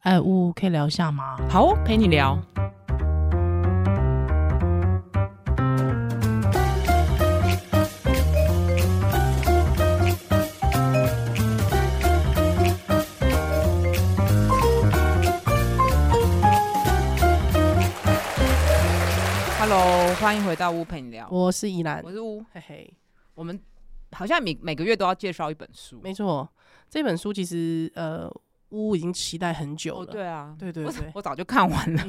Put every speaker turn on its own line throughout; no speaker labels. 哎，呜，可以聊一下吗？
好哦，陪你聊。Hello，欢迎回到屋陪你聊，
我是依兰
我，是屋。
嘿嘿，
我们好像每每个月都要介绍一本书，
没错，这本书其实呃，呜已经期待很久
哦，
了，
对啊，
对对
我
对，
我早就看 完了，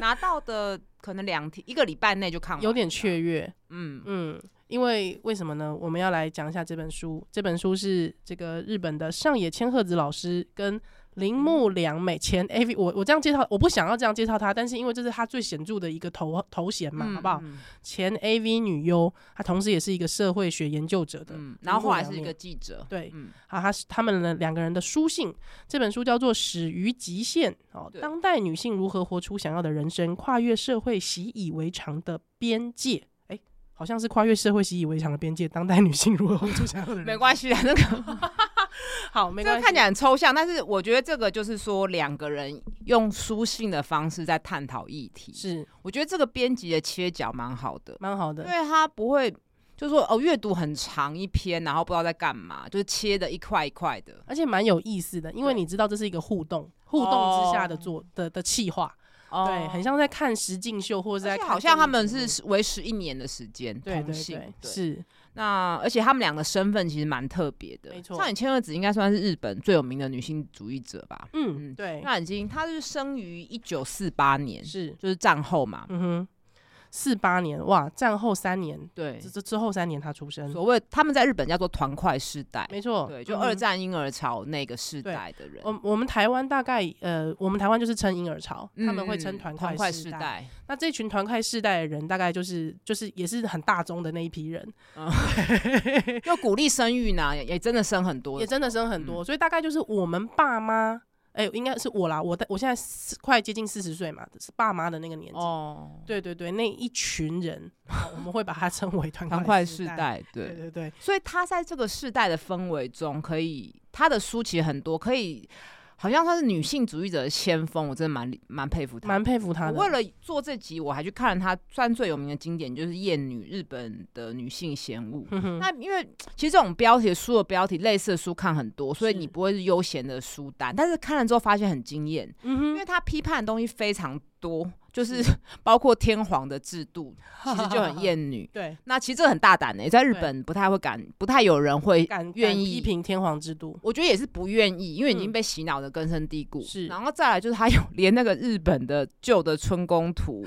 拿到的可能两天一个礼拜内就看完，
有点，雀跃，
嗯，
嗯，因为为什么呢？我们要来讲一下这本书，这本书是这个日本的上野千鹤子老师跟铃木良美前 A V，我我这样介绍，我不想要这样介绍她，但是因为这是她最显著的一个头头衔嘛，
嗯
好不好？
嗯
前 A V 女优，她同时也是一个社会学研究者的，
嗯，然后后来是一个记者，
对，
嗯，
啊，他是他们的两个人的书信，这本书叫做《始于极限》哦，
对
当代女性如何活出想要的人生，跨越社会习以为常的边界。哎，好像是跨越社会习以为常的边界，当代女性如何活出想要的人
没
生。
关系啊，那个
好，嗯 没
这个
关系啊
看起。来很抽象，但是我觉得这个就是说两个人用书信的方式在探讨议题，
是
我觉得这个编辑的切角蛮好的，
蛮好
因
的，
为他不会就说哦阅读很长一篇，然后不知道在干嘛，就是切的一块一块的，
而且蛮有意思的，因为
对哦
你知道这是一个互动，互动之下的做的的气化，对，很像在看实境秀或者
而
在
且
看
好像他们
综艺节目
是为时一年的时间
对
同
对
性，
对，
对
是
那而且他们两个身份其实蛮特别的，
没错
上野千鹤子应该算是日本最有名的女性主义者吧？
嗯
嗯
对
那已经她是生于一九四八年，
是
就是战后嘛，
嗯哼，四八年哇，战后三年，
对
这，这之后三年他出生，
所谓他们在日本叫做团块世代，
没错，
对，就
嗯
二。战婴儿潮那个世代的人，
我我们台湾大概呃，我们台湾就是称婴儿潮，他们会称
嗯
团
团
块
块
世
世
代。
代，
那这群团块世代的人，大概就是就是也是很大宗的那一批人，
就鼓励生育呢，也也真的生很多
也，真的生很
嗯
多，所以大概就是我们爸妈，哎、应该是我啦，我的我现在四快接近四十岁嘛，是爸妈的那个年纪。
哦，
对对对，那一群 人，好我们会把它称为团
团
块
块世
代。
代，
对
对，
对对，
所以他在这个世代的氛围中，可以他的书其实很多，可以好像他是女性主义者的先锋，我真的蛮蛮佩服他。
蛮佩服他
我
的。
为了做这集，我还去看了他算最有名的经典，就是《艳女》，日本的女性嫌恶。
嗯哼哼
那因为其实这种标题书的标题类似的书看很多，所以
是
你不会是悠闲的书单，但是看了之后发现很惊艳，
嗯
因
哼
为他批判的东西非常多，就是 包括天皇的制度，其实就很艳女。
对，
那其实这个很大胆的、在日
对
本不太会敢，不太有人会，
敢
愿
敢批
意
评天皇制度，
我觉得也是不愿意，因为已
嗯
经被洗脑的根深蒂固。
是
然后再来就是他有 连那个日本的旧的春宫图，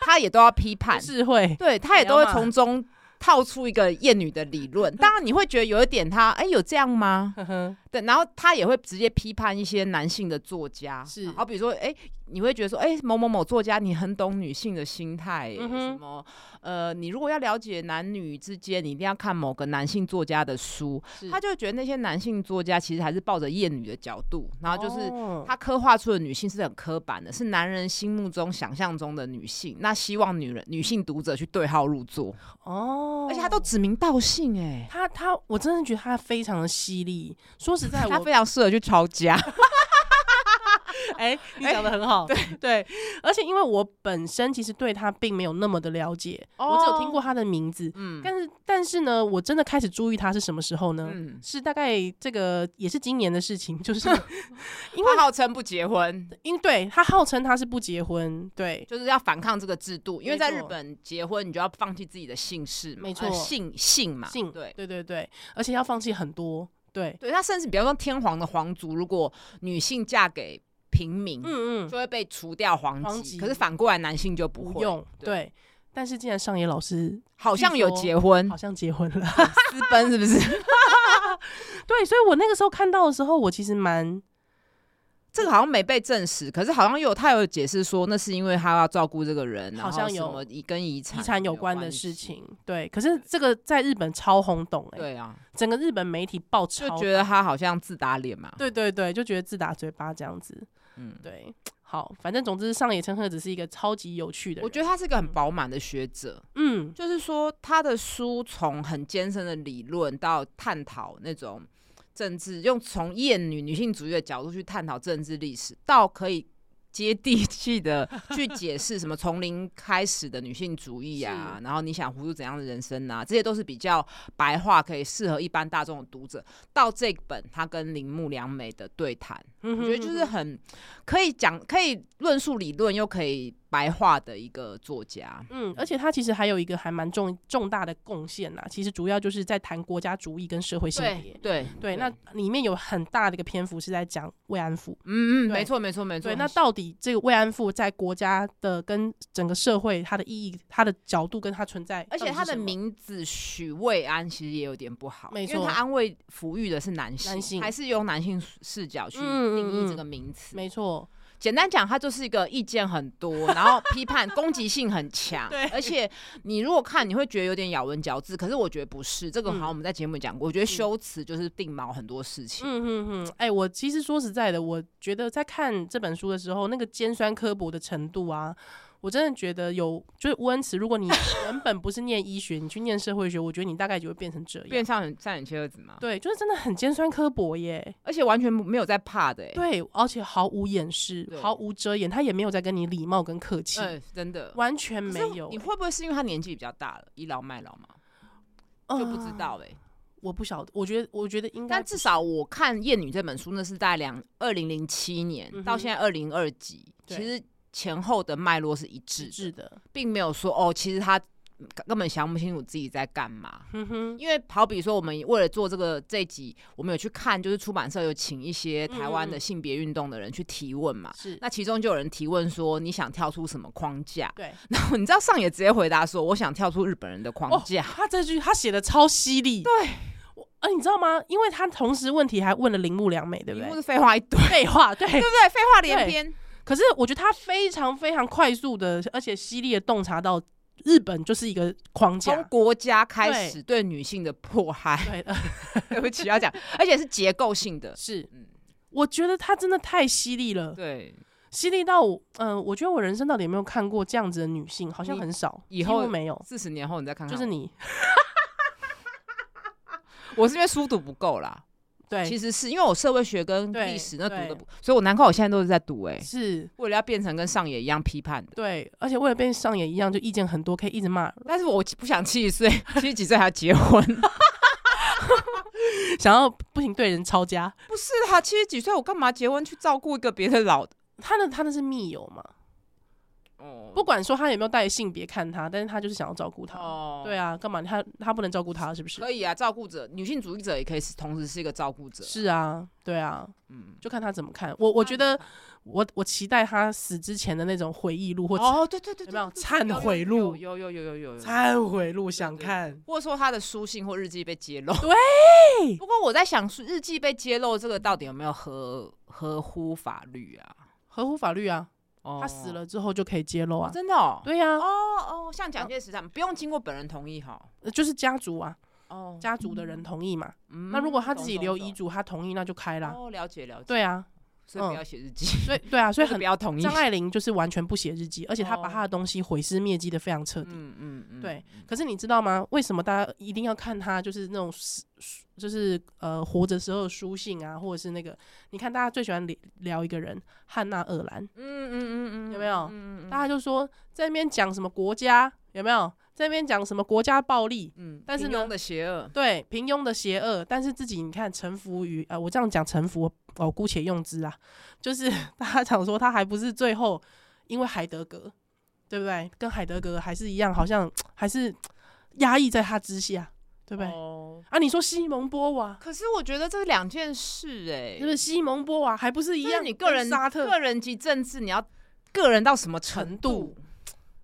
他也都要 批判，
智慧
对他也
也
都
要骂
会从中套出一个厌女的理 论。当然你会觉得有一点他，哎、有这样吗？
呵呵
对，然后他也会直接批判一些男性的作家，
是
好比如说，哎、你会觉得说，哎、某某某作家，你很懂女性的心态、
嗯哼
什么，呃，你如果要了解男女之间，你一定要看某个男性作家的书，
是
他就会觉得那些男性作家其实还是抱着厌女的角度，然后就是。
哦
他刻画出的女性是很刻板的，是男人心目中想象中的女性。那希望女人、女性读者去对号入座，
哦，
而且他都指名道姓哎、
他他，我真的觉得他非常的犀利。说实在我，
他非常适合去抄家。
哎、 你讲的很 好，对对。而且因为我本身其实对他并没有那么的了解，我只有
哦
听过他的名字，
嗯
但是但是呢，我真的开始注意他是什么时候呢？
嗯，
是大概这个也是今年的事情，就是 因为
他号称不结婚，
因为对他号称他是不结婚，对
就是要反抗这个制度，因为在
没
日
错
本结婚你就要放弃自己的姓氏嘛，
没错
呃姓姓嘛，
性
对。
对对对，而且要放弃很多，对，
对他甚至比方说天皇的皇族，如果女性嫁给平民，
嗯嗯，
就会被除掉皇籍，
皇籍
可是反过来男性就不
不
会。
用
对
对。但是竟然上野老师
好像有结婚
好像结婚了。
私奔是不是？
对，所以我那个时候看到的时候，我其实蛮
这个好像没被证实，可是好像有他有解释说，那是因为他要照顾这个人，然后
好像有
什么遗跟遗产
遗产有关的
关系
事。情。对，可是这个在日本超轰动哎、
对啊，
整个日本媒体爆
就
超，
觉得他好像自打脸嘛。
对对对，就觉得自打嘴巴这样子。
嗯，
对，好，反正总之上野千鹤子是一个超级有趣的人，嗯
我觉
得
得他是个很饱满的学者，
嗯
就是说他的书从很艰深的理论到探讨那种政治，用从厌女女性主义的角度去探讨政治历史，到可以接地 气的去解释什么从零开始的女性主义啊，然后你想活出怎样的人生啊，这些都是比较白话，可以适合一般大众的读者。到这本他跟铃木良美的对谈，
我
我觉得就是
嗯
很可以讲，可以论述理论，又可以白话的一个作家。
嗯，而且他其实还有一个还蛮重重大的贡献呐，其实主要就是在谈国家主义跟社会性别。
嗯对
对，那里面有很大的一个篇幅是在讲慰安妇。
嗯嗯，
对
没错没错没错。
对，那到底这个慰安妇在国家的跟整个社会它的意义、它的角度跟它存在，
而且他的。名字许魏安其实也有点不好，
没
因
错
为他安慰抚育的是男性，
男性
还是用男性视角去
嗯嗯
定义
嗯
这个名词。
没错，
简单讲，他就是一个意见很多，然后批判 攻击性很强，
对
而且你如果看，你会觉得有点咬文嚼字，可是我觉得不是，这个好
嗯
像我们在节目讲过，我觉得修辞就是定锚很多事情。
嗯哼哼，哎、我其实说实在的，我觉得在看这本书的时候，那个尖酸刻薄的程度啊，我真的觉得有，就是吴恩慈，如果 你原本不是念医学，你去念社会学，我觉得你大概就会变成这样。
变上很上眼切二子嘛，
对，就是真的很尖酸刻薄耶。
而且完全没有在怕的、欸，
对，而且毫无掩饰
对，
毫无遮掩，他也没有在跟你礼貌跟客气，
嗯，真的
完全没
可是
有
你。会不会是因为他年纪比较大了，倚老卖老嘛？就不知
嗯
道哎、
我不晓得，我觉得，我觉得应该
但至少我看《厌女》这本书，那是在两二零零七年、
嗯哼
到现在二零二几，
对
其实前后的脉络是一致
纸
的，
质的，
并没有说哦，其实他嗯根本想不清楚自己在干嘛。
嗯哼哼，
因为好比说，我们为了做这个这一集，我们有去看，就是出版社有请一些台湾
嗯嗯
的
嗯
性别运动的人去提问嘛。
是，
那其中就有人提问说，你想跳出什么框架？
对，
然后你知道上野直接回答说，我想跳出日本人的框
哦
架。
他这句他写的超犀利，对，我，呃，你知道吗？因为他同时问题还问了铃木良美，对不
题目
对？
是废话一堆，
废话，对。
对不对？废话连
对
篇。
可是我觉得他非常非常快速的，而且犀利的洞察到日本就是一个框
从
架，
国家开始对女性的迫害，
对，呃
对不起要 讲，而且是结构性的。
是
嗯，
我觉得他真的太犀利了。
对，
犀利到我，嗯、我觉得我人生到底有没有看过这样子的女性，好像
你
很少，
以
几
后
乎没有，
四十年后哦你再看看，
就是，你，
我是因为书读不够啦。其
对，
实是因为我社会学跟
对
历史那读的
对
不，所以我难怪我现在都是在读哎，
是，
为了要变成跟上野一样批判的。
对，而且为了跟上野一样，就意见很多，可以一直骂，
但是我不想七十岁、七十几岁还要结婚，
想要不行对人抄家。
不是啦，七十几岁我干嘛结婚去照顾一个别的老的？
他的他那是密友嘛，
哦
不管说他有没有带性别看他，但是他就是想要照顾他。
哦
对啊，干嘛他他不能照顾他是不是？
可以啊，照顾者，女性主义者也可以是同时是一个照顾者。
是啊，对啊，
嗯，
就看他怎么看。我我觉得我我期待他死之前的那种回忆录或
哦，对对对，
有
对
没有
对
忏
有
悔
有
录
有有有有有有，
忏悔录，想看。
或者说他的书信或日记被揭露。
对
不过我在想，是日记被揭露这个到底有没有合合乎法律啊？
合乎法律啊，
哦
他死了之后就可以揭露啊。
真的哦。
对呀、啊，
哦哦，像蒋介石他们不用经过本人同意哈。
就是家族啊，
哦，
家族的人同意嘛。
嗯
那如果他自己
懂
留
懂
遗
嗯懂
嘱，他同意那就开啦。
哦，了解了解。，
对啊，
所以不
嗯
要写日记，
所以对啊，所 以
就是
很
不要同意。
张爱玲就是完全不写日记，而且她把
哦
她的东西毁尸灭迹的非常彻底。
嗯嗯嗯，
对，可是你知道吗？为什么大家一定要看她就是那种书书就是呃活着时候的书信啊，或者是那个？你看大家最喜欢聊聊一个人汉娜·厄兰，
嗯嗯嗯嗯，
有没有
嗯嗯
大家就说在那边讲什么国家有没有？在那边讲什么国家暴力？
嗯，
但是
平庸
呢
的邪恶，
对，平庸的邪恶，但是自己你看臣服于啊、呃我这样讲臣服，哦，姑且用之啊，就是 大家讲说他还不是最后，因为海德格，对不对？跟海德格还是一样，好像还是压抑在他之下，对不对？
哦，
啊，你说西蒙波娃
可是我觉得这是两件事哎，
是不是西蒙波娃还不是一
就是
样？
你个人
沙特
个人及政治，你要个人到什么程
程
度
度？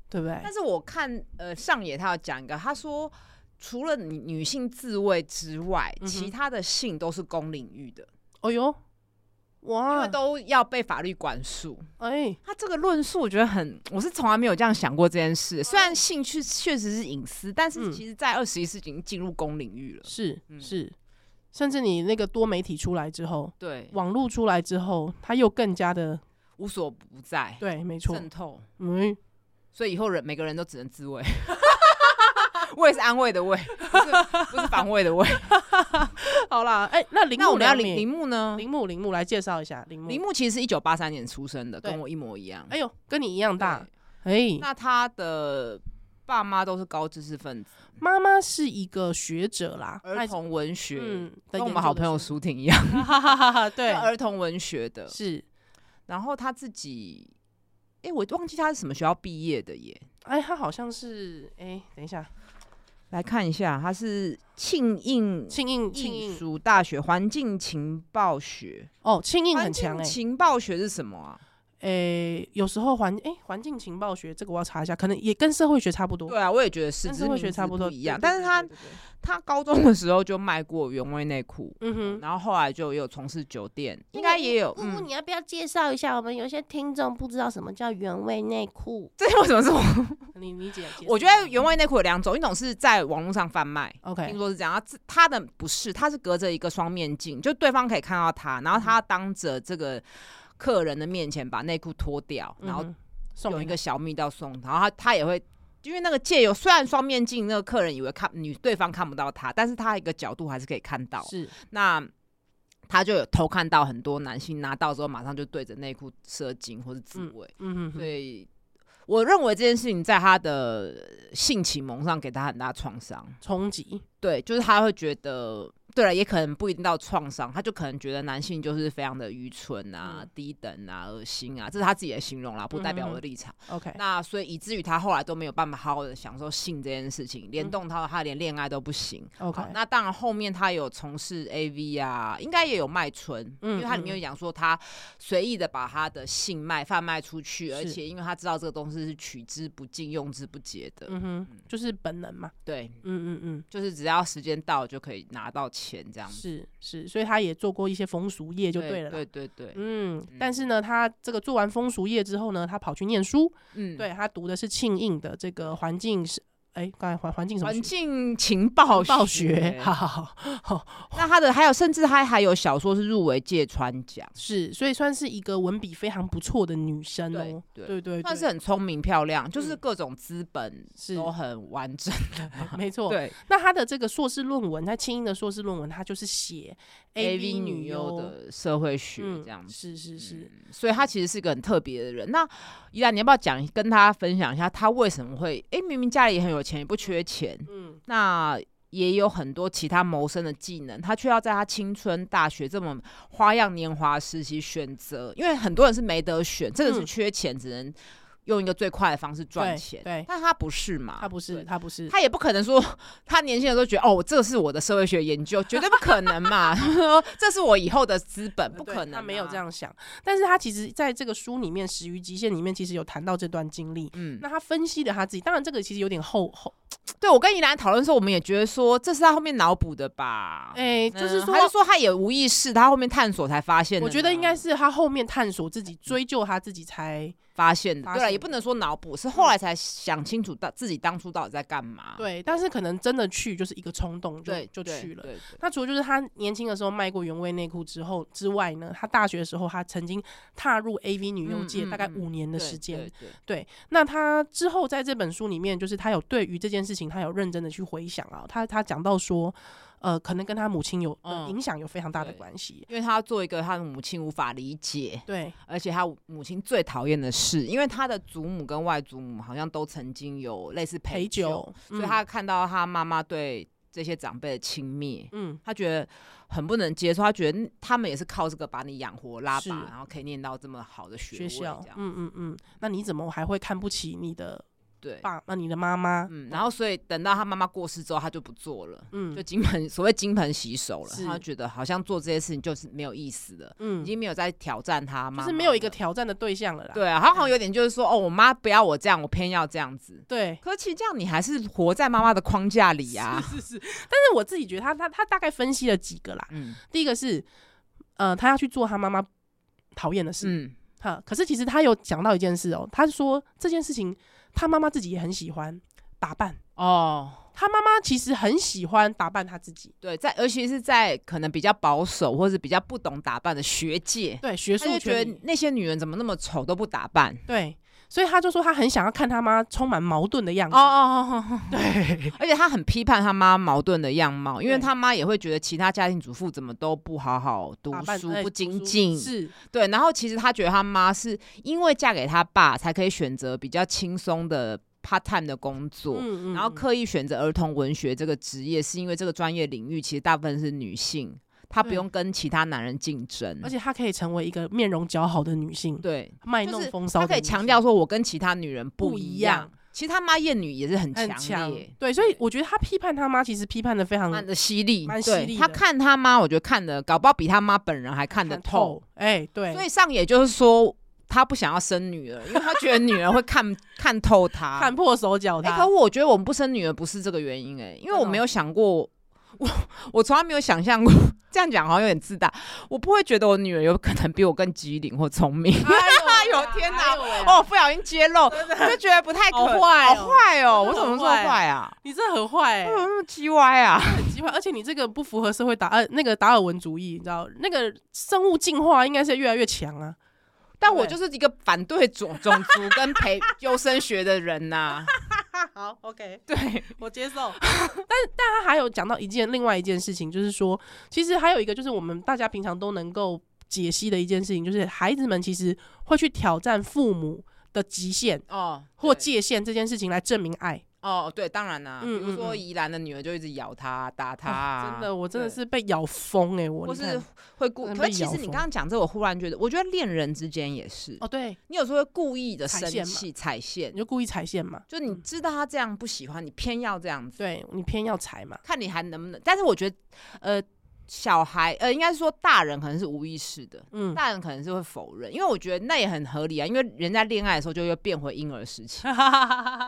对不对？
但是我看呃上野他有讲一个，他说除了女女性自卫之外，
嗯哼
其他的性都是公领域的，
哦呦，
因
哇
为，都嗯要被法律管束。
哎，
他这个论述，我觉得很，我是从来没有这样想过这件事。虽然性确确实是隐私，但是
嗯
其实在二十一世纪已经进入公领域了。
是
嗯
是，甚至你那个多媒体出来之后，
对，
网络出来之后，它又更加的。
无所不在，
对，没错。
渗透。
嗯，
所以以后人每个人都只能自卫，慰是安慰的慰，不是不是防卫的卫。
好啦，哎、那 铃
那我
木
们要
良
铃
敏，
铃木呢？
铃木铃木来介绍一下铃木。
铃木其实是一九八三年出生的，
对
跟我一模一样。
哎呦，跟你一样大
对。
哎，
那他的爸妈都是高知识分子，
妈妈是一个学者啦，她
儿
也是
童文学，
嗯，的
跟我
研
们
究
好
的
朋友
学
苏婷一样，
者，哈哈哈哈， 对
是， 儿童文学的。
是。
然后他自己，哎、我忘记他是什么学校毕业的耶。
哎，他好像是哎，等一下，
来看一下，他是庆应
庆应庆
艺
应
术大学环境情报学。
哦，庆应
环
很
境
强哎
情报学是什么啊？
哎，有时候环哎环境情报学这个我要查一下，可能也跟社会学差不多，
对啊，我也觉得是，
跟
只
社
是
会学
名字
差不多
一样。
对对
但是
对
他
对对对
他高中的时候就卖过原味内裤，
嗯哼，
然后后来就也有从事酒店，
那
应该
个
也有。
木木，
嗯，
你要不要介绍一下？我们有些听众不知道什么叫原味内裤。
这为什么 是我？
你理解？解
我
释
觉
一下
得原味内裤有两种，一种是在网络上贩卖。听
OK，
说是这样，他他的不是，他是隔着一个双面镜，就对方可以看到他，然后他
嗯
当着这个客人的面前把内裤脱掉，然后
嗯哼送
有
给
一个
他
小密道送，然后他他也会，因为那个借由虽然双面镜，那个客人以为看你对方看不到他，但是他一个角度还是可以看到。
是
那他就有偷看到很多男性拿到之后，马上就对着内裤射精或是自慰，
嗯哼
所
哼，
以我认为这件事情在他的性启蒙上给他很大创伤。
冲击
对，就是他会觉得，对了，也可能不一定到创伤，他就可能觉得男性就是非常的愚蠢啊、
嗯
低等啊、恶心啊，这是他自己的形容啦，不代表我的
嗯
立场。
OK，
那所以以至于他后来都没有办法好好的享受性这件事情，联
嗯
动到他连恋爱都不行。
OK，
好那当然，后面他有从事 AV 啊，应该也有卖春，
嗯
因为他里面有讲说他随意的把他的性卖贩卖出去，
是
而且因为他知道这个东西是取之不尽、用之不竭的，
嗯哼，就是本能嘛，
对，
嗯嗯嗯。
就是只要时间到就可以拿到钱这样子。
是是，所以他也做过一些风俗业就对了啦。
对对对，
嗯，但是呢，他这个做完风俗业之后呢，他跑去念书，
嗯，
对他读的是庆应的这个环境是，哎，刚才环环境什么
环
学？
境情报
报学，好好好，
那他的还有，甚至他还有小说是入围芥川奖，
是，所以算是一个文笔非常不错的女生
对
哦。
对
对对，
算
对
是很聪明漂亮，就是
嗯
各种资本
是
都很 完整。
没错。
对
那他的这个硕士论文，他庆应的硕士论文，他就是写
，AV
AV
女优
优，
的社会学
嗯
这样子。
是是是，
嗯所以他其实是个很特别的人。那依然，你要不要讲跟他分享一下，他为什么会？诶，明明家里也很有钱，也不缺钱，
嗯，
那也有很多其他谋生的技能，他却要在他青春大学这么花样年华时期选择，因为很多人是没得选，这个是
嗯
缺钱，只能用一个最快的方式赚
对
钱。
对
但他不是嘛？
他不是
对。
他不是，
他也不可能说，他年轻的时候觉得哦，这是我的社会学研究，绝对不可能嘛！ 这是我以后的资本，不
对
可能、啊
他没有这，样想。啊但是他其实在这个书里面《始于极限》里面，其实有谈到这段经历。
嗯，
那他分析了他自己，当然这个其实有点后后，
对我跟怡兰讨论的时候，我们也觉得说，这是他后面脑补的吧？
哎、就是
嗯
说
还，是说他也无意识，他后面探索才发现的呢？嗯
我觉得应该是他后面探索自己、追究他自己才
发现的，
发
对了，
现嗯
也不能说脑补，是后来才想清楚到自己当初到底在干嘛。
对。但是可能真的去就是一个冲动就
啊对，
就
对
去了。
对
那除了就是他年轻的时候卖过原味内裤之后之外呢，他大学的时候他曾经踏入 AV 女优界
嗯嗯
大概
嗯
五年的
对
时间。
对对
那他之后在这本书里面，就是他有对于这件事情，他有认真的去回想啊。他他讲到说，呃，可能跟他母亲有、呃
嗯
影响有非常大的
对
关系。
因为他做一个他的母亲无法理解，
对，
而且他母亲最讨厌的事，因为他的祖母跟外祖母好像都曾经有类似
陪
酒，
酒，
所以
嗯
他看到他妈妈对这些长辈的轻蔑。
嗯
他觉得很不能接受，他觉得他们也是靠这个把你养活拉
是
拔，然后可以念到这么好的学
学
位，这
校
样，
嗯嗯嗯，那你怎么还会看不起你的
对，
爸？呃那你的妈妈？
嗯，然后所以等到他妈妈过世之后，他就不做了。
嗯
就金盆所谓金盆洗手了，
是
他觉得好像做这些事情就是没有意思的，已
嗯，
经没有在挑战他
就
妈妈了，
是没有一个挑战的对象了啦。
对啊，他好像有点就是说，哦，我妈不要我这样，我偏要这样子。
对，
可是其实这样你还是活在妈妈的框架里啊，
是是。但是我自己觉得他他他大概分析了几个啦。
嗯
第一个是，呃，他要去做他妈妈讨厌的事。
嗯，
哈，可是其实他有讲到一件事哦，他说这件事情他妈妈自己也很喜欢打扮，
哦，
他妈妈其实很喜欢打扮他自己，
对，在尤其是在可能比较保守或是比较不懂打扮的学界，
对学
他就
术
觉
圈
得
里，
那些女人怎么那么丑都不打扮，
对，所以他就说他很想要看他妈充满矛盾的样子。
哦哦哦，
对，
而且他很批判他妈矛盾的样貌，因为
对
他妈也会觉得其他家庭主妇怎么都不好好读
打扮
书、
哎
不精
读书
进，
是
对。然后其实他觉得他妈是因为嫁给他爸才可以选择比较轻松的 part time 的工作，
嗯嗯
然后
嗯
刻意选择儿童文学这个职业，是因为这个专业领域其实大部分是女性，她不
对
用跟其他男人竞争，
而且她可以成为一个面容姣好的女性，
对，
卖
就
弄
是
风骚
她
的
可
女
以强
性
调说我跟其他女人不
不一
一样
样。
其实他妈厌女也是很
很
强
强
烈，。
对，所以我觉得他批判他妈，其实批判的非常
看的犀利，
蛮犀
对
利
他
的
看他妈，我觉得看的搞不好比他妈本人还看得透。。
哎、对，
所以上野就是说，他不想要生女儿，因为他觉得女儿会看 看透他。
看破手脚
哎、
他。
可我觉得我们不生女儿不是这个原因、哎，因为
真
我
的
没
哦
有想过， 我我从来没有想象过， 这样讲好像有点自大。我不会觉得我女儿有可能比我更机灵或聪明。
哎
呦
呦
天哪
哪！哦，
哦，不小心揭露，就觉得不太可
好坏哦
好坏哦！
真的
我怎么
很
这么
坏
坏啊？
你这很坏、
我
欸，
怎么那么鸡歪啊？
很奇怪。而且你这个不符合社会达呃那个达尔文主义，你知道那个生物进化应该是越来越强啊。
但我
对
就是一个反对种 种族跟培优生学的 人呐、
好，OK，
对，
我接受。 但但他还有讲到一件另外一件事情，就是说，其实还有一个就是我们大家平常都能够解析的一件事情，就是孩子们其实会去挑战父母的极限
哦，
或
对
界限这件事情来证明爱。
哦，对，当然啦、
嗯
比如说
嗯嗯啊
宜兰的女儿就一直咬他、打他、
真的，我真的
啊对。
是被咬疯哎、我
或
你看
是会故，
真的
可
被
是其实
咬
你
疯
刚刚讲这，我忽然觉得，我觉得恋人之间也是，
哦，对，
你有时候会故意的
踩
生
线嘛
气、踩线
你，就故意踩线嘛，
就你
嗯
知道他这样不喜欢，你偏要这样子。
对你偏要踩嘛，
看你还能不能。但是我觉得，呃，小孩，呃，应该是说大人可能是无意识的，
嗯，，
大人可能是会否认，因为我觉得那也很合理啊，因为人在恋爱的时候就会变回婴儿时期
对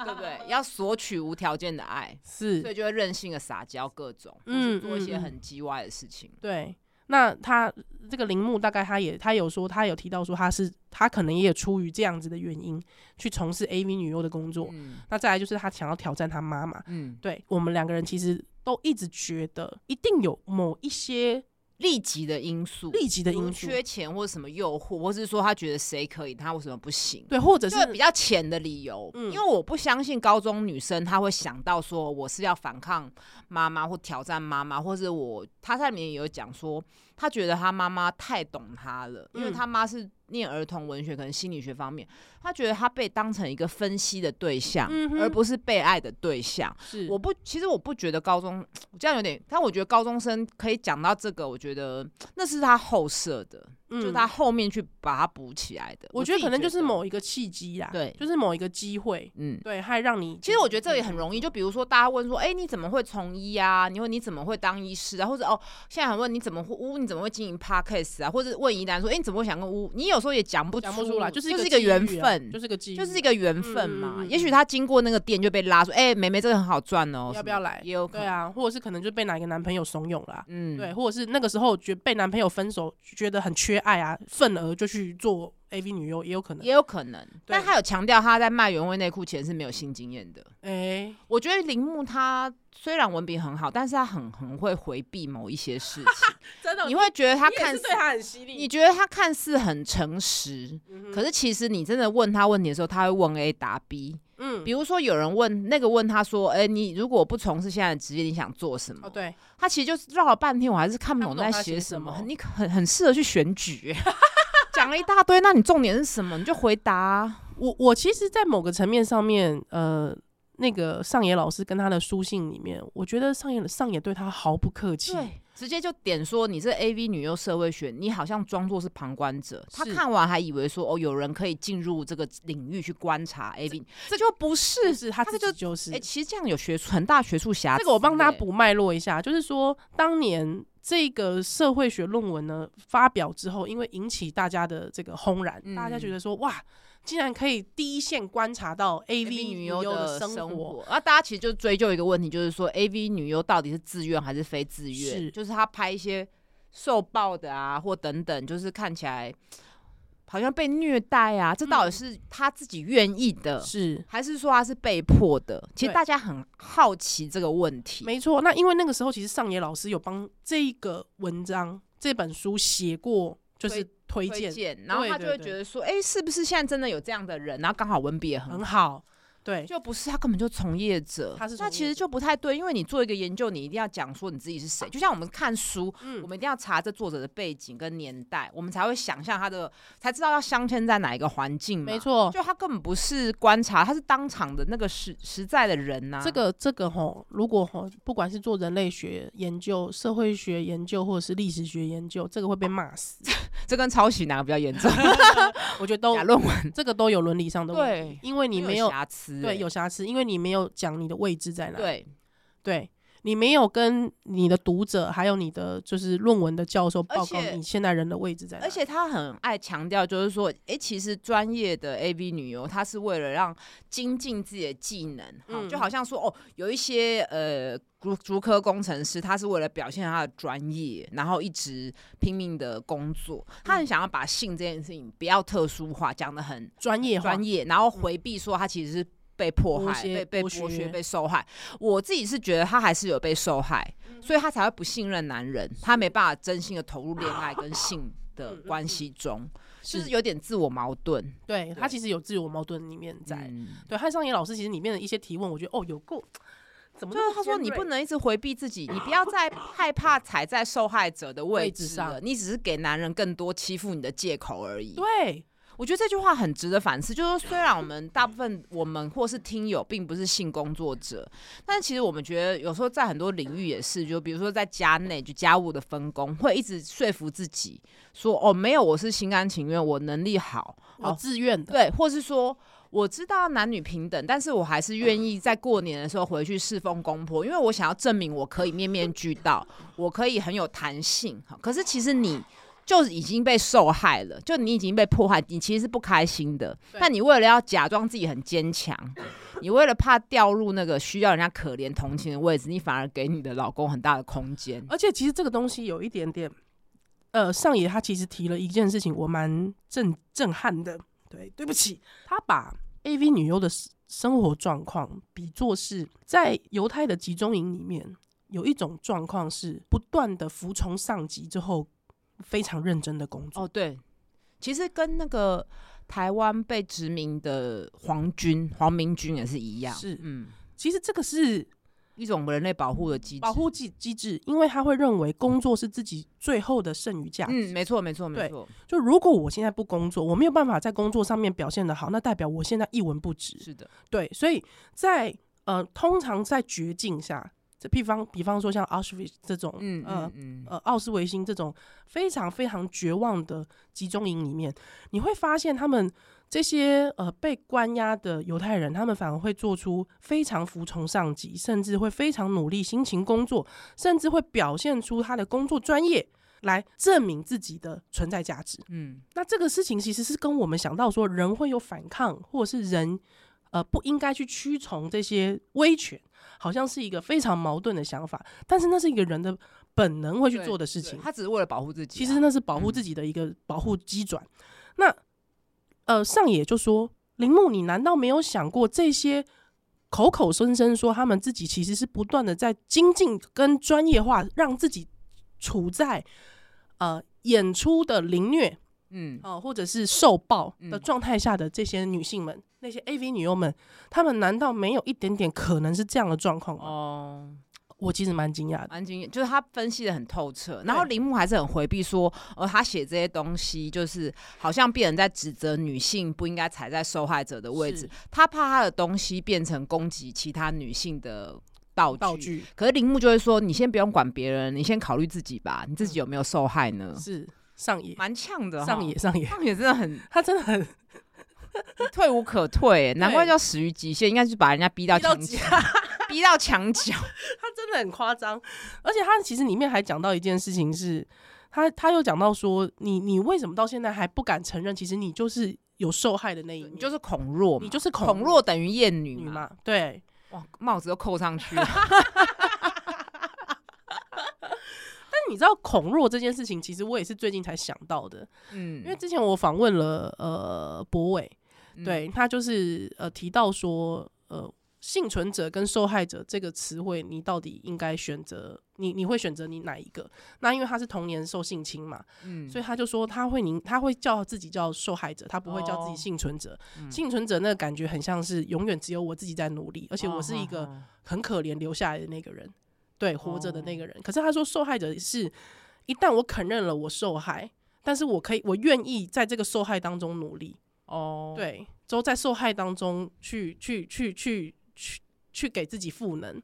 对不对？ 要索取无条件的爱，所
是，
以就会任性的撒娇各种，嗯，
嗯
做一些
嗯嗯
很叽歪的事情。
对。那他这个铃木大概他也他有说他有提到说他是他可能也有出于这样子的原因去从事 AV 女优的工作。
嗯
那再来就是他想要挑战他妈妈。
嗯，
对我们两个人其实都一直觉得一定有某一些
利己的因素，
立即的
比如
因素，
缺钱或什么诱惑，或是说他觉得谁可以，他为什么不行？
对，或者
就是是比较浅的理由，
嗯
因为我不相信高中女生她会想到说我是要反抗妈妈或挑战妈妈，或者我她在里面也有讲说，她觉得她妈妈太懂她了，因为
嗯
她妈是念儿童文学，可能心理学方面，她觉得她被当成一个分析的对象，
嗯哼
而不是被爱的对象。
是
我不，其实我不觉得高中我这样有点，但我觉得高中生可以讲到这个，我觉得那是他后设的，就
嗯
他后面去把它补起来的。
我
自
觉得
己
可能就是
得，
某一个契机啦，
对
就是某一个机会，
嗯。
对，还让你。
其实我觉得这个也
嗯
很容易，就比如说大家问说，哎、你怎么会从医啊？你问你怎么会当医师啊？或者哦，现在还问你怎么会呜，你怎么会经营 podcast 啊？或者问宜兰说，哎、你怎么会想跟呜？你有时候也讲不
讲不出来，
就是是一
个
个
机
缘
遇啊
分，
就是个机遇啊，
就是一个缘分嘛。
嗯嗯嗯
也许他经过那个店就被拉说，哎、妹妹这个很好赚哦，
要不要
什么的
来
也有可
对
能，
啊，或者是可能就被哪一个男朋友怂恿啦，
嗯，
对，或者是那个时候觉被男朋友分手，觉得很缺爱啊，愤而就去做 AV 女优，也有可能
也。有可能。但他有强调他在卖原味内裤前是没有性经验的。
哎，
我觉得铃木他虽然文笔很好，但是他很很会回避某一些事 情，
真的
你会觉得他
你也
看
是
似
对他很犀利，
你觉得他看似很诚实，
嗯哼
可是其实你真的问他问题的时候，他会问 A 答 B。
嗯
比，如说有人问那个问他说：“哎、你如果不从事现在的职业，你想做什么？”
哦对，
他其实就是绕了半天，我还是看不
看
懂
不懂
在
他
写
写
什
什
么。
么
你很很适合去选举、讲了一大堆，那你重点是什么？你就回答啊、
我我其实，在某个层面上面，呃，那个上野老师跟他的书信里面，我觉得上野上野对他毫不客气，
对，直接就点说你这 A V 女优社会学，你好像装作是旁观者。他
是
看完还以为说哦，有人可以进入这个领域去观察 A V，这就不是。
就是他
他
自
就
己就是
哎、其实这样有学术很大学术瑕疵欸、
这个我帮大家补脉络一下，就是说当年这个社会学论文呢发表之后，因为引起大家的这个轰然，
嗯
大家觉得说哇，竟然可以第一线观察到 A
A
V
V 女
女
优
优
的
的
生
生活。
活，那、大家其实就追究一个问题，就是说 A V 女优到底是自愿还是非自愿？
是
就是她拍一些受暴的啊，或等等，就是看起来好像被虐待啊，这到底是她自己愿意的，
是，
还是说她是被迫的？其实
对
大家很好奇这个问题。
没错。那因为那个时候，其实上野老师有帮这个文章、这本书写过，就是
推
推
推
荐，
荐，然后他就
对
会
对
觉得说，哎，是不是现在真的有这样的人？然后刚好文笔也很
很
好，
好，对，
就不是他根本就从业者，
他是从
那
业
其实
者
就不太对，因为你做一个研究，你一定要讲说你自己是谁，就像我们看书，我
嗯，
们一定要查这作者的背景跟年代，我们才会想象他的，才知道要镶嵌在哪一个环境嘛。
没，错，
就他根本不是观察，他是当场的那个实实在的人呐、
这个这个吼，如果吼，不管是做人类学研究、社会学研究，或者是历史学研究，这个会被骂 死。
这跟抄袭哪个比较 严重？
我觉得都
假论文
这个都有伦理上的问题
对，
因为哦你没有
瑕疵欸、
对有瑕疵，因为你没有讲你的位置在哪，
对
对你没有跟你的读者还有你的就是论文的教授报告
而且
你现在人的位置在哪，
而且他很爱强调，就是说，诶，其实专业的 AV 女优，她是为了让精进自己的技能，哈
嗯
就好像说，哦，有一些呃竹竹科工程师，他是为了表现他的专业，然后一直拼命的工作，
嗯
他很想要把性这件事情不要特殊化，讲的很
专业化
专业，然后回避说他其实是被迫
剥
害、
削
被被
剥削
剥削、被受害。我自己是觉得他还是有被受害，
嗯
所以他才会不信任男人，他没办法真心的投入恋爱跟性的
嗯嗯
关
嗯
系中，就是是有点自我矛盾
对他
对
其实有自我矛盾里面在。
嗯
对汉尚野老师其实里面的一些提问，我觉得哦有够，怎么
就
那么
是啊他说
尖
你
锐
不能一直回避自己，你不要再害怕踩在受害者的位
位置
置了，你只是给男人更多欺负你的借口而已。
对
我觉得这句话很值得反思，就是说虽然我们大部分我们或是听友并不是性工作者，但其实我们觉得有时候在很多领域也是，就比如说在家内就家务的分工，会一直说服自己说哦没有，我是心甘情愿，我能力好，
我
哦
自愿的，
对，或是说。我知道男女平等，但是我还是愿意在过年的时候回去侍奉公婆，因为我想要证明我可以面面俱到，我可以很有弹性。哈可是其实你就已经被受害了，就你已经被迫害，你其实是不开心的。
对
但你为了要假装自己很坚强，你为了怕掉入那个需要人家可怜同情的位置，你反而给你的老公很大的空间。
而且其实这个东西有一点点，呃，上野他其实提了一件事情，我蛮震震撼的。对，对不起，他把 A V 女优的 s- 生活状况比作是在犹太的集中营里面有一种状况是不断的服从上级之后非常认真的工作。
哦，对，其实跟那个台湾被殖民的皇军、皇民军也是一样，
是
嗯，
其实这个是
一种人类保护的机制。
保护机机制，因为他会认为工作是自己最后的剩余价值。
嗯，没错，没错，没
对
错，
就如果我现在不工作，我没有办法在工作上面表现得好，那代表我现在一文不值。
是的，
对，所以在呃，通常在绝境下，这比方比方说像 Auschwitz 这种，
嗯
呃
嗯嗯，
呃，奥斯维辛这种非常非常绝望的集中营里面，你会发现他们这些呃被关押的犹太人，他们反而会做出非常服从上级，甚至会非常努力、辛勤工作，甚至会表现出他的工作专业来证明自己的存在价值。
嗯，
那这个事情其实是跟我们想到说人会有反抗，或者是人呃不应该去屈从这些威权，好像是一个非常矛盾的想法。但是那是一个人的本能会去
对
做的事
对
情，
他只是为了保护自己
其
啊。
实那是保护自己的一个保护机转。那呃上野就说：“铃木，你难道没有想过这些？”口口声声说他们自己其实是不断的在精进跟专业化，让自己处在呃演出的凌虐
嗯，
哦，或者是受暴的
嗯
状态下的这些女性们，那些 AV 女优们，她们难道没有一点点可能是这样的状况吗？
哦，
我其实蛮惊讶的。
蛮惊艳，就是他分析的很透彻，然后
对
铃木还是很回避说，呃，他写这些东西就是好像别人在指责女性不应该踩在受害者的位置
是，
他怕他的东西变成攻击其他女性的道具。
道具
可是铃木就会说，你先不用管别人，你先考虑自己吧，你自己有没有受害呢？
是上野，
嗯蛮呛的，
上 野，，上野，
上野真的很
她真的很
退无可退、欸难怪
对
叫死于极限，应该是把人家逼 到
逼到
墙
极
角， 逼到墙角。
他真的很夸张，而且他其实里面还讲到一件事情是，他他又讲到说，你你为什么到现在还不敢承认，其实你就是有受害的那一面，
你就是恐弱嘛，
你就是恐
恐弱等于厌女
女
嘛。
嘛，对，
哇，帽子都扣上去啊了。
但你知道恐弱这件事情，其实我也是最近才想到的，
嗯，
因为之前我访问了呃博伟，
嗯
对他就是呃提到说呃幸存者跟受害者这个词汇，你到底应该选择你你会选择你哪一个？那因为他是童年受性侵嘛，
嗯
所以他就说他会宁他会叫自己叫受害者，他不会叫自己
哦
幸存者。
嗯
幸存者那个感觉很像是永远只有我自己在努力，而
而
且我是一
哦
个很可怜留下来的那个人，对，活着的那
哦
个人。可是他说，受害者是一旦我承认了我受害，但是我可以，我愿意在这个受害当中努力，
哦，
对，之后在受害当中去去去去去去给自己赋能。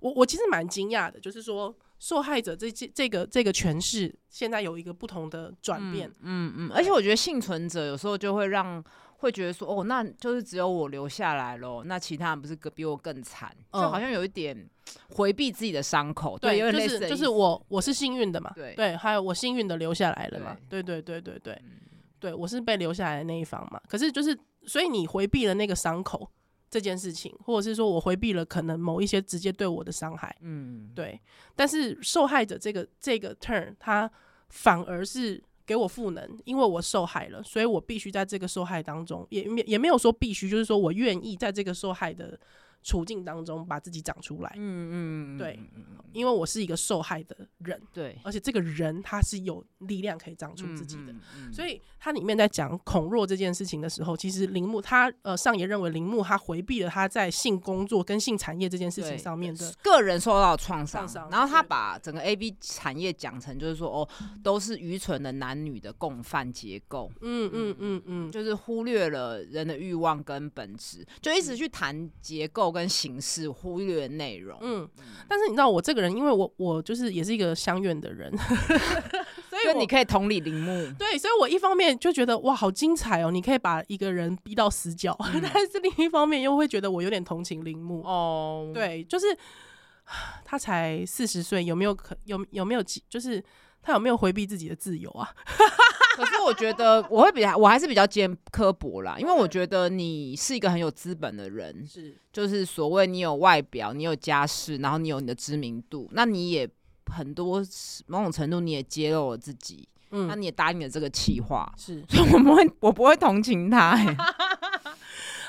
我我其实蛮惊讶的，就是说受害者这这这个这个诠释，现在有一个不同的转变。
嗯嗯，而且我觉得幸存者有时候就会让会觉得说，哦，那就是只有我留下来咯，那其他人不是更比我更惨，就
嗯
好像有一点回避自己的伤口，
对，
有点
就
类似
是
的
就是
意思，
我我是幸运的嘛，
对
还有我幸运的留下来了嘛，对对对对对，
嗯
对我是被留下来的那一方嘛。可是就是，所以你回避了那个伤口这件事情，或者是说我回避了可能某一些直接对我的伤害，
嗯，
对。但是受害者这个这个 turn，他反而是给我赋能，因为我受害了，所以我必须在这个受害当中，也没也没有说必须，就是说我愿意在这个受害的处境当中把自己长出来，
嗯，嗯嗯，
对
嗯，嗯嗯
因为我是一个受害的人。
对，
而且这个人他是有力量可以长出自己的。
嗯，
所
以
以他里面在讲孔若这件事情的时候，其实铃木他呃上野认为铃木他回避了他在性工作跟性产业这件事情
对
上面的
个人受到创
创
伤，
伤
然后他
对
把整个 A B 产业讲成就是说，哦，都是愚蠢的男女的共犯结构，
嗯嗯嗯嗯，
就是忽略了人的欲望跟本质，就一
嗯
直去谈结构跟形式，忽略内容。
嗯，但是你知道我这个人，因为我我就是也是一个乡愿的人， 所以
就你
我
可以同理铃 木，
对，所以我一方面就觉得哇好精彩哦，你可以把一个人逼到死角，
嗯
但是另一方面又会觉得我有点同情铃木
哦，
对，就是唉他才四十岁，有没有可有有没有机就是他有没有回避自己的自由啊？
可是我觉 得我会比较，我还是比较尖刻薄啦，因为
嗯
我觉得你是一个很有资本的人，
是，
就是所谓你有外表，你有家世，然后你有你的知名度，那你也很多某种程度你也揭露了自己，那
嗯，
你也答应了这个企划，
是。
所以我不会，我不会同情他、 欸。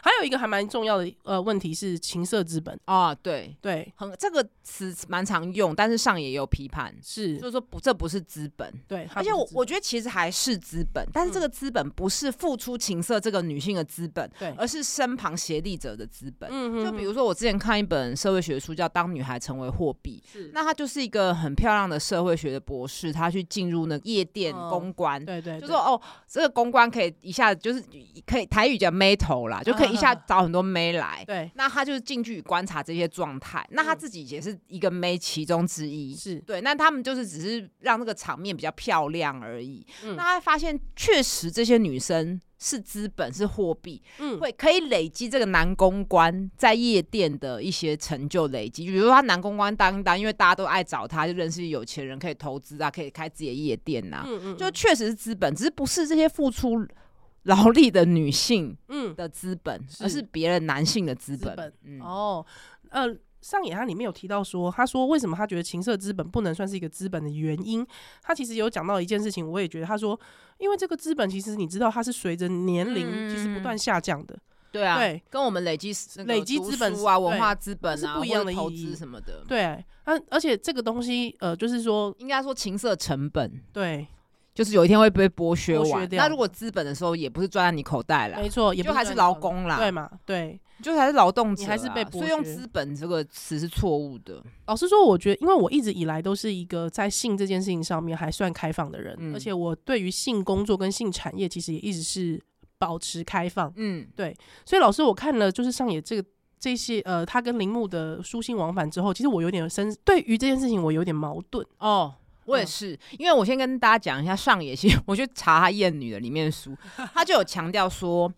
还有一个还蛮重要的呃问题是情色资本，
啊，对，
对，
很这个词蛮常用，但是上野也有批判，
是
就是，说不，这不是资本。
对，它
而且
不
我
是嗯
我觉得其实还是资本，但是这个资本不是付出情色这个女性的资本，
对
而是身旁协力者的资本。
嗯
呃就比如说我之前看一本社会学书叫《当女孩成为货币》，
是
那她就是一个很漂亮的社会学的博士，她去进入那个夜店
哦
公关。
对对，
就
对
说哦，这个公关可以一下就是可以台语叫妹头啦，就可以一下
嗯嗯嗯
找很多妹来，
对
那他就是近距离观察这些状态，那他
嗯
自己也是一个妹其中之一。
是，
对，那他们就是只是让这个场面比较漂亮而已。
嗯
那他发现，确实这些女生是资本，是货币，
嗯
会可以累积这个男公关在夜店的一些成就累积。比如说，他男公关当一当，因为大家都爱找他，就认识有钱人，可以投资啊，可以开自己的夜店呐、
嗯嗯，
就确实是资本，只是不是这些付出劳力的女性
嗯
的资本，
是
而是别人男性的资本。
资本
嗯，
哦，呃。上野他里面有提到说，他说为什么他觉得情色资本不能算是一个资本的原因？他其实有讲到一件事情，我也觉得他说，因为这个资本其实你知道它是随着年龄其实
嗯嗯
不
嗯
断下降的，
对啊，
对，
跟我们累积那个
累积
读
资本
书
是
啊、
对
文化资本
是
啊，
不一样
或
的
者投
意义
资什么的。，
对，而、而且这个东西，呃，就是说，
应该说情色成本
对，
就是有一天会被剥削
剥削
完。
掉
那如果资本的时候也不是赚在你口袋啦
啊没，错，也不
就还是
赚
劳
到的，
工啦，
对，嘛？对，
就还是劳动者
你
啦，
还是被剥削
所以用资本这个词是错误的。
老实说，我觉得，因为我一直以来都是一个在性这件事情上面还算开放的人，
嗯
而且我对于性工作跟性产业其实也一直是保持开放。
嗯，
所以，老师，我看了就是上野这个这些呃，他跟铃木的书信往返之后，其实我有点深，对于这件事情我有点矛盾。
哦。我也
嗯
是，因为我先跟大家讲一下上野先， 我去查他《艳女》的里面的书，他就有强调说，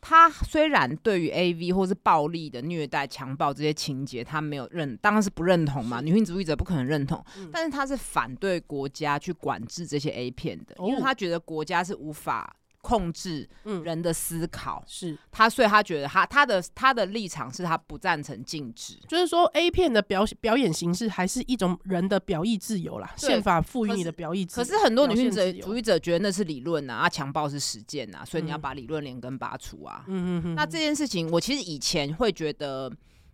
他虽然对于 A V 或是暴力的虐待、强暴这些情节，他没有认，当然是不认同嘛，女性主义者不可能认同，
嗯
但是他是反对国家去管制这些 A 片的，因
哦
为他觉得国家是无法控制
嗯，
人的思考，
是，
他所以他觉得他他的他的立场是他不赞成禁止。
就是说，A 片的表表演形式还是一种人的表意自由啦，
对
宪法赋予
可
你
是
的表意自
可
由。
是很多女性
表
者
现自由
主义者觉得那是理论啊，啊强暴是实践啊，所以你要
嗯
把理论连根拔除啊。
嗯嗯嗯，
那这件事情，我其实以前会觉得，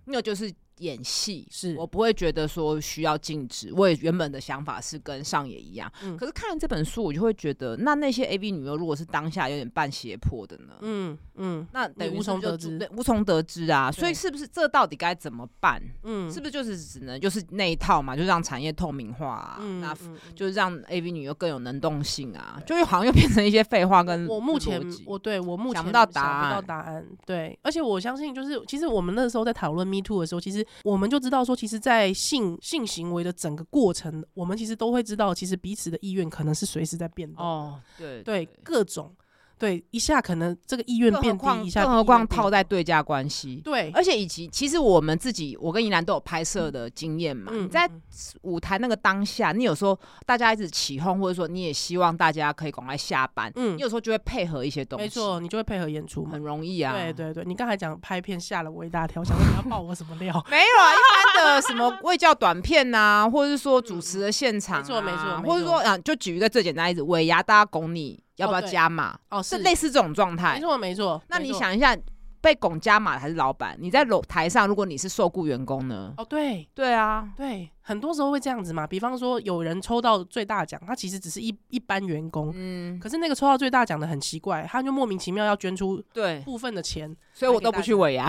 那就是演戏，
是
我不会觉得说需要禁止。我也原本的想法是跟上野一样，
嗯
可是看了这本书，我就会觉得，那那些 A V 女优如果是当下有点半胁迫的呢？
嗯嗯
那等于
无从
是不是
得
就
知
对，无从得知啊。所以
对
是不是这到底该怎么办？
嗯，
是不是就是只能就是那一套嘛，就让产业透明化啊，
嗯
那
嗯嗯
就是让 A V 女优更有能动性啊，就又好像又变成一些废话跟
我目前
跟嗯逻辑
我对我目前
想不到答
想不到
案
答案，对，而且我相信就是，其实我们那时候在讨论 Me Too 的时候，其实我们就知道说，其实，在性性行为的整个过程，我们其实都会知道，其实彼此的意愿可能是随时在变动，
哦，对
对，各种，对，一下可能这个意愿
更何
变低，
况
一下
更何况套
套
在对价关系，
对，
而且以及其实我们自己，我跟怡兰都有拍摄的经验嘛。你在
嗯
舞台那个当下，你有时候大家一直起哄，或者说你也希望大家可以赶快下班，
嗯
你，有时候就会配合一些东西，
没错，你就会配合演出嘛
很。容易啊。
对对对，你刚才讲拍片吓了我一大跳，想说你要爆我什么料？
没有啊，一般的什么卫教短片呐、或者是说主持的现场、啊
没错没错没错
或者说啊，就举一个最简单的例子，尾牙大家拱你要不要
哦对
加码，
哦，
是
是
类似这种状态
没。错没错。
那
没
你
错
想一下，被拱加码的还是老板？你在楼台上，如果你是受雇员工呢？
哦，对
对啊，
对，很多时候会这样子嘛。比方说，有人抽到最大奖，他其实只是一一般员工，
嗯，
可是那个抽到最大奖的很奇怪，他就莫名其妙要捐出
对，
部分的 钱。
所以我都不去尾牙。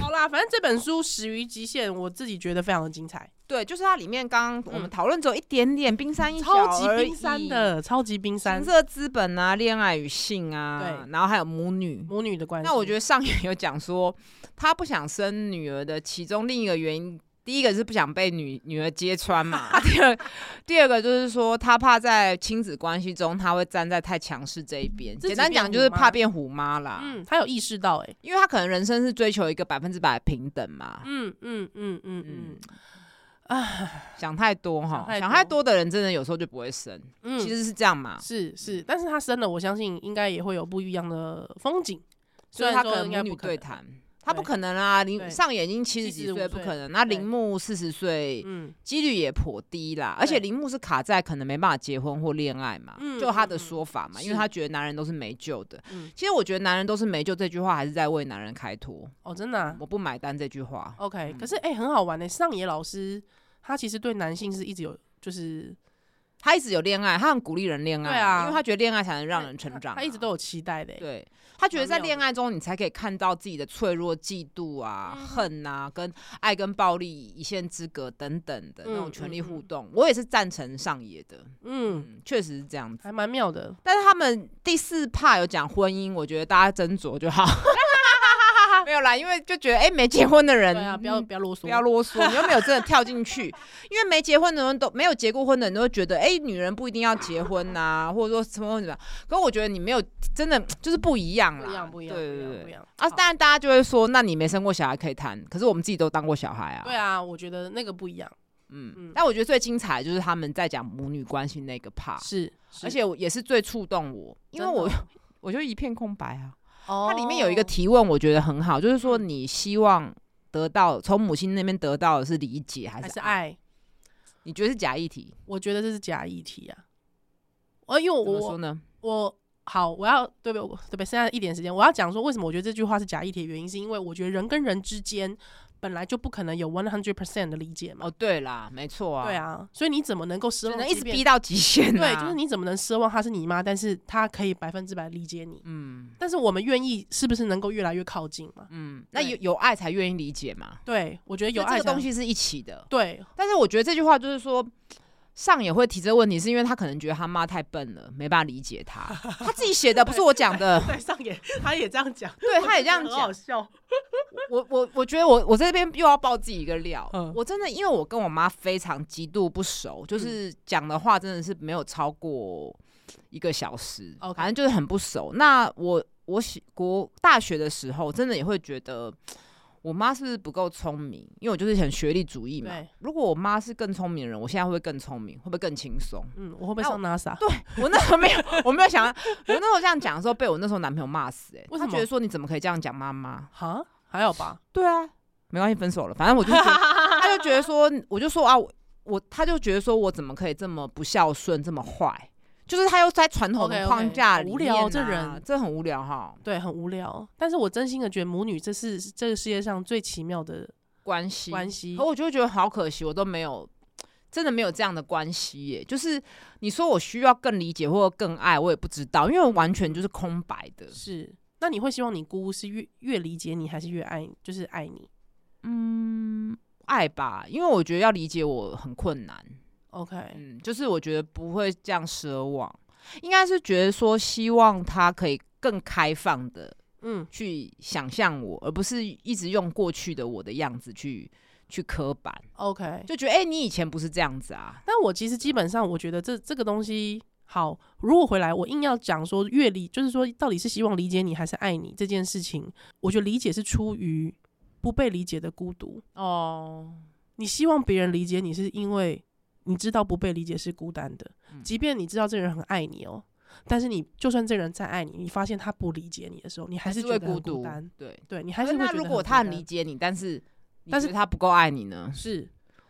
好啦，反正这本书《始于极限》，我自己觉得非常的精彩，
对，就是它里面刚刚我们讨论只有一点点冰山一角
嗯超级
而已
冰山。的，超级冰山
情色资本啊，恋爱与性啊，
对
然后还有母女，
母女的关系。
那我觉得上野有讲说，他不想生女儿的其中另一个原因，第一个是不想被女女儿揭 穿嘛，啊第二第二个就是说他怕在亲子关系中他会站在太强势这一边，
自己
简单讲
变
就是
虎妈
怕变虎妈啦。
嗯，他有意识到、欸，哎，
因为他可能人生是追求一个百分之百的平等嘛，
嗯嗯嗯嗯嗯
想太多哈
想，太
想太
多
多的人真的有时候就不会生，
嗯，
其实是这样嘛，
是是，但是他生了，我相信应该也会有不一样的风景。虽
所以
然
他
说
可能
应该
母
不
女
可
对
能
谈，他不
对
可能啊，林
对
上野已经七十几
75
岁不
岁
可能，那
对
铃木四十岁，
嗯，
几率也颇低啦，而且铃木是卡在可能没办法结婚或恋爱嘛，
嗯
就他的说法嘛，
嗯嗯
因为他觉得男人都是没救的。
嗯
其实我觉得男人都是没救这句话还是在为男人开脱，
哦，真的、啊、
我不买单这句话。
，OK、
嗯
可是哎、欸很好玩呢、上野老师他其实对男性是一直有，就是
他一直有恋爱，他很鼓励人恋爱，
对啊
因为他觉得恋爱才能让人成长、
他一直都
有。
有期待的、欸。
对他觉得在
蛮妙的
恋爱中，你才可以看到自己的脆弱、嫉妒啊、
嗯
恨啊，跟爱跟暴力一线之隔等等的那
嗯
种权力
嗯
互
嗯
动。我也是赞成上野的，
嗯，
嗯，确实是这样子。
还蛮妙的。
但是他们第四趴有讲婚姻，我觉得大家斟酌 就好。没有啦，因为就觉得哎、诶没结婚的人，
对啊，不要
嗯
不要啰嗦，
不要 啰嗦，你又没有真的跳进去，因为没结婚的人都没有结过婚的人都会觉得，哎、女人不一定要结婚呐、或者说什么什么。可我觉得你没有真的就是不一样啦，
不一样，不一样，
对
不一
对
样，
对
不一样
啊，
好
当然大家就会说，那你没生过小孩可以谈，可是我们自己都当过小孩啊。
对啊，我觉得那个不一样，嗯
嗯。但我觉得最精彩的就是他们在讲母女关系那个 part，
是，是
啊而且我也是最触动我，因
真
为
的
我我就一片空白啊。
哦，
它里面有一个提问，我觉得很好，就是说
嗯
你希望得到从母亲那边得到的是理解还
还
是
是
爱？
爱，
你觉得是假议题？
我觉得这是假议题啊。哦，因为
怎么
我
说呢？
我好，我要对不对？我对不对？现在一点时间，我要讲说为什么我觉得这句话是假议题的原因，是因为我觉得人跟人之间本来就不可能有 one hundred percent 的理解嘛。
哦，对啦，没错啊，
对，啊，所以你怎么能够奢
只
望
能一
即
直
便
逼到极限、啊。
对，就是，你怎么能奢望她是你妈，但是她可以百分之百理解你？
嗯
但是我们愿意，是不是能够越来越靠近嘛？
嗯，那
对
有有爱才愿意理解嘛？
对，我觉得有
就
爱
这个
才
东，西是一起的，
对，
但是我觉得这句话就是说。上也会提这个问题，是因为他可能觉得他妈太笨了，没办法理解他。他自己写的，不是我讲的。
对，上也他也这样讲，
对，他也这
这
样
很
讲
好。笑，
我我我觉得我我这边又要爆自己一个料，
嗯
我真的因为我跟我妈非常极度不熟，就是
嗯
讲的话真的是没有超过一个小时
OK
反正就是很不熟。那我我喜国大学的时候，真的也会觉得。我妈是不是不够聪明？因为我就是很学历主义嘛
对。
如果我妈是更聪明的人，我现在会不会更聪明？会不会更轻松？
嗯，我会不会
那我
上 NASA？
对我那时候没有，我没有想到，我那时候这样讲的时候，被我那时候男朋友骂死、欸。哎，
为什
他
么
觉得说你怎么可以这样讲妈妈？
哈，还好 吧，
对啊，没关系，分手了。反正我就觉得他就觉得说，我就说啊，我我他就觉得说我怎么可以这么不孝顺，这么坏。就是他又在传统的
OK，OK，
框架里
无
面、啊
聊这人
这很无聊哈。
对，很无聊。但是我真心的觉得母女这是这个世界上最奇妙的
关系
关系
可。我就会觉得嗯好可惜，我都没有，真的没有这样的关系耶。就是你说我需要更理解或者更爱，我也不知道，因为完全就是空白的。
是，那你会希望你姑姑是越越理解你，还是越爱，就是爱你
嗯，爱吧，因为我觉得要理解我很困难。
？OK，
嗯，就是我觉得不会这样奢望，应该是觉得说希望他可以更开放的
嗯，
去想象我，而不是一直用过去的我的样子去去刻板，
OK，
就觉得哎、诶你以前不是这样子啊。
但我其实基本上，我觉得这这个东西好。如果回来，我硬要讲说越理，就是说到底是希望理解你还是爱你这件事情，我觉得理解是出于不被理解的孤独。
哦，
你希望别人理解你，是因为你知道不被理解是孤单的，
嗯
即便你知道这人很爱你哦，但是你就算这人再爱你，你发现他不理解你的时候，你还是觉
会
得很
孤
孤
独
单。，
对。
对你还
可
是
是
会
那
觉得
如果
孤
他很
单
理解你，但是你
但
觉
是
得他不够爱你呢？
是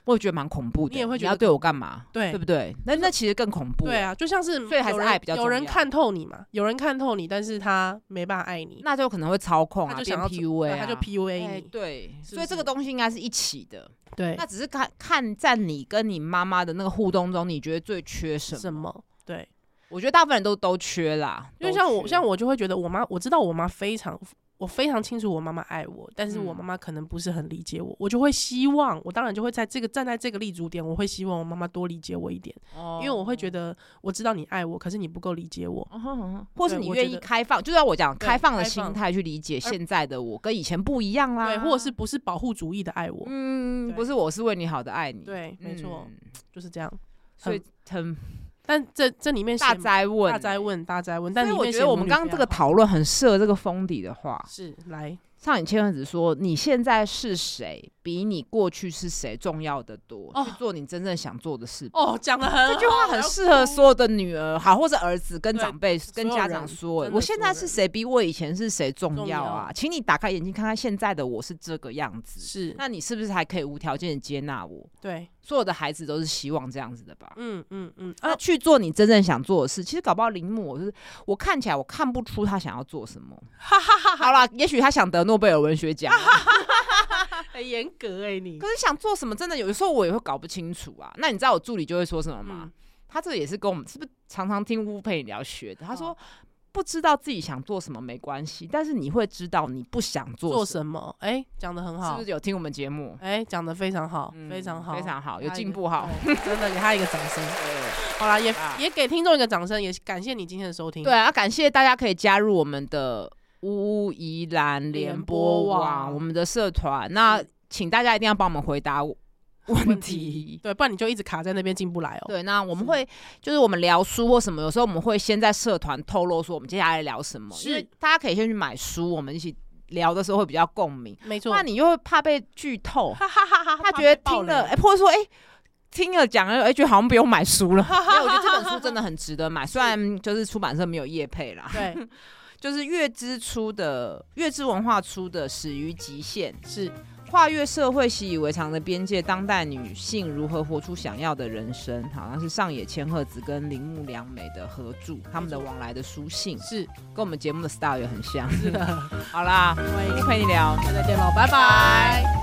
我也觉得蛮恐怖的。
你也会觉
要
得
对我干嘛？
对
对不对？那那其实更恐怖。
对，啊，就像是
所以还
有
是
人
爱比较
有人
重要
看透你嘛，有人看透你，但是他没办法爱你，
那就可能会操控
他
啊，
就
变
想要
PUA
对
啊，
他就
哎
PUA 你。
对，
是
所以
不
这个
是
东西应该是一起的。
对
那，只是看看在你跟你妈妈的那个互动中，你觉得最缺什么？
什么？对，
我觉得大部分人都都缺啦，
因为
都
像我，
缺
像我就会觉得我妈，我知道我妈非常，我非常清楚我妈妈爱我，但是我
嗯
妈妈可能不是很理解我，我就会希望，我当然就会在这个站在这个立足点，我会希望我妈妈多理解我一点，
哦
因为我会觉得我知道你爱我，可是你不够理解我，
嗯哼嗯哼或是
对
你
我
愿
觉
意
得
开放，就是要我讲
对
开放的
开
心
放
态去理解现在的我跟以前不一样啦，
对，或者是不是保护主义的爱我，
嗯，
对
不是我是为你好的爱你，
对没错
嗯，
就是这样。
所以很
但这这里面
大
写
灾问，欸
大灾。问，大灾问，
所
但
以
里
我
面
觉
写
得我
母
们
女
刚刚
非
这
常
个
好
讨论很适合这个封底的话，
是来
上野千鹤子说：“你现在是谁，比你过去是谁重要的多。
哦
去做你真正想做的事。
哦，讲的很
这句话很适合所有的女儿，好或者儿子跟
对
长辈、跟
所有
家
人
长说：欸
真的
我现在是谁，比我以前是谁重
重
要啊？
要
请你打开眼睛看看现在的我是这个样子，
是
那你是不是还可以无条件的接纳我？
对，
所有的孩子都是希望这样子的吧？”
嗯嗯嗯
那
啊，
去做你真正想做的事。其实搞不好铃木，我是我看起来我看不出他想要做什么。好啦，也许他想得诺贝尔文学奖啊，
很严格哎、你
可是想做什么，真的有时候我也会搞不清楚啊。那你知道我助理就会说什么吗？
嗯
他这也是跟我们是不是常常听乌佩聊学的？他说。
哦
不知道自己想做什么没关系，但是你会知道你不想
做
做
什么？哎、讲的很
么，是
好
不，是有听我们节目？
哎、讲的非常好，
嗯
非常好，
非常好，
给
有
他一
进
个
步哈。
哦真的给他一个掌声。
对
好啦，也
啊
也给听众一个掌声，也感谢你今天的收听。
对，啊，感谢大家可以加入我们的乌宜兰联播
联播
网，
网
我们的社团。那
是
请大家一定要帮我们回答问
问
题
题。对，不然你就一直卡在那边进不来哦。
对，那我们
是
会就是我们聊书或什么，有时候我们会先在社团透露说我们接下来聊什么，因为
是
大家可以先去买书，我们一起聊的时候会比较共鸣。
没错。
那你又会怕被剧透，
哈哈哈哈，
他
怕
觉得
被爆
听了，
雷
哎、或者说哎、听了讲了，哎、觉得好像不用买书了。没有，我觉得这本书真的很值得 买，虽然就是出版社没有业配啦，
对，
就是月之出的月之文化出的《始于极限》。
是
跨越社会习以为常的边界，当代女性如何活出想要的人生？好像是上野千鹤子跟铃木良美的合著，他们的往来的书信，
是
跟 我们节目的 style 也很像。
是的，
好啦，
欢迎
陪你聊，
再见喽，拜拜。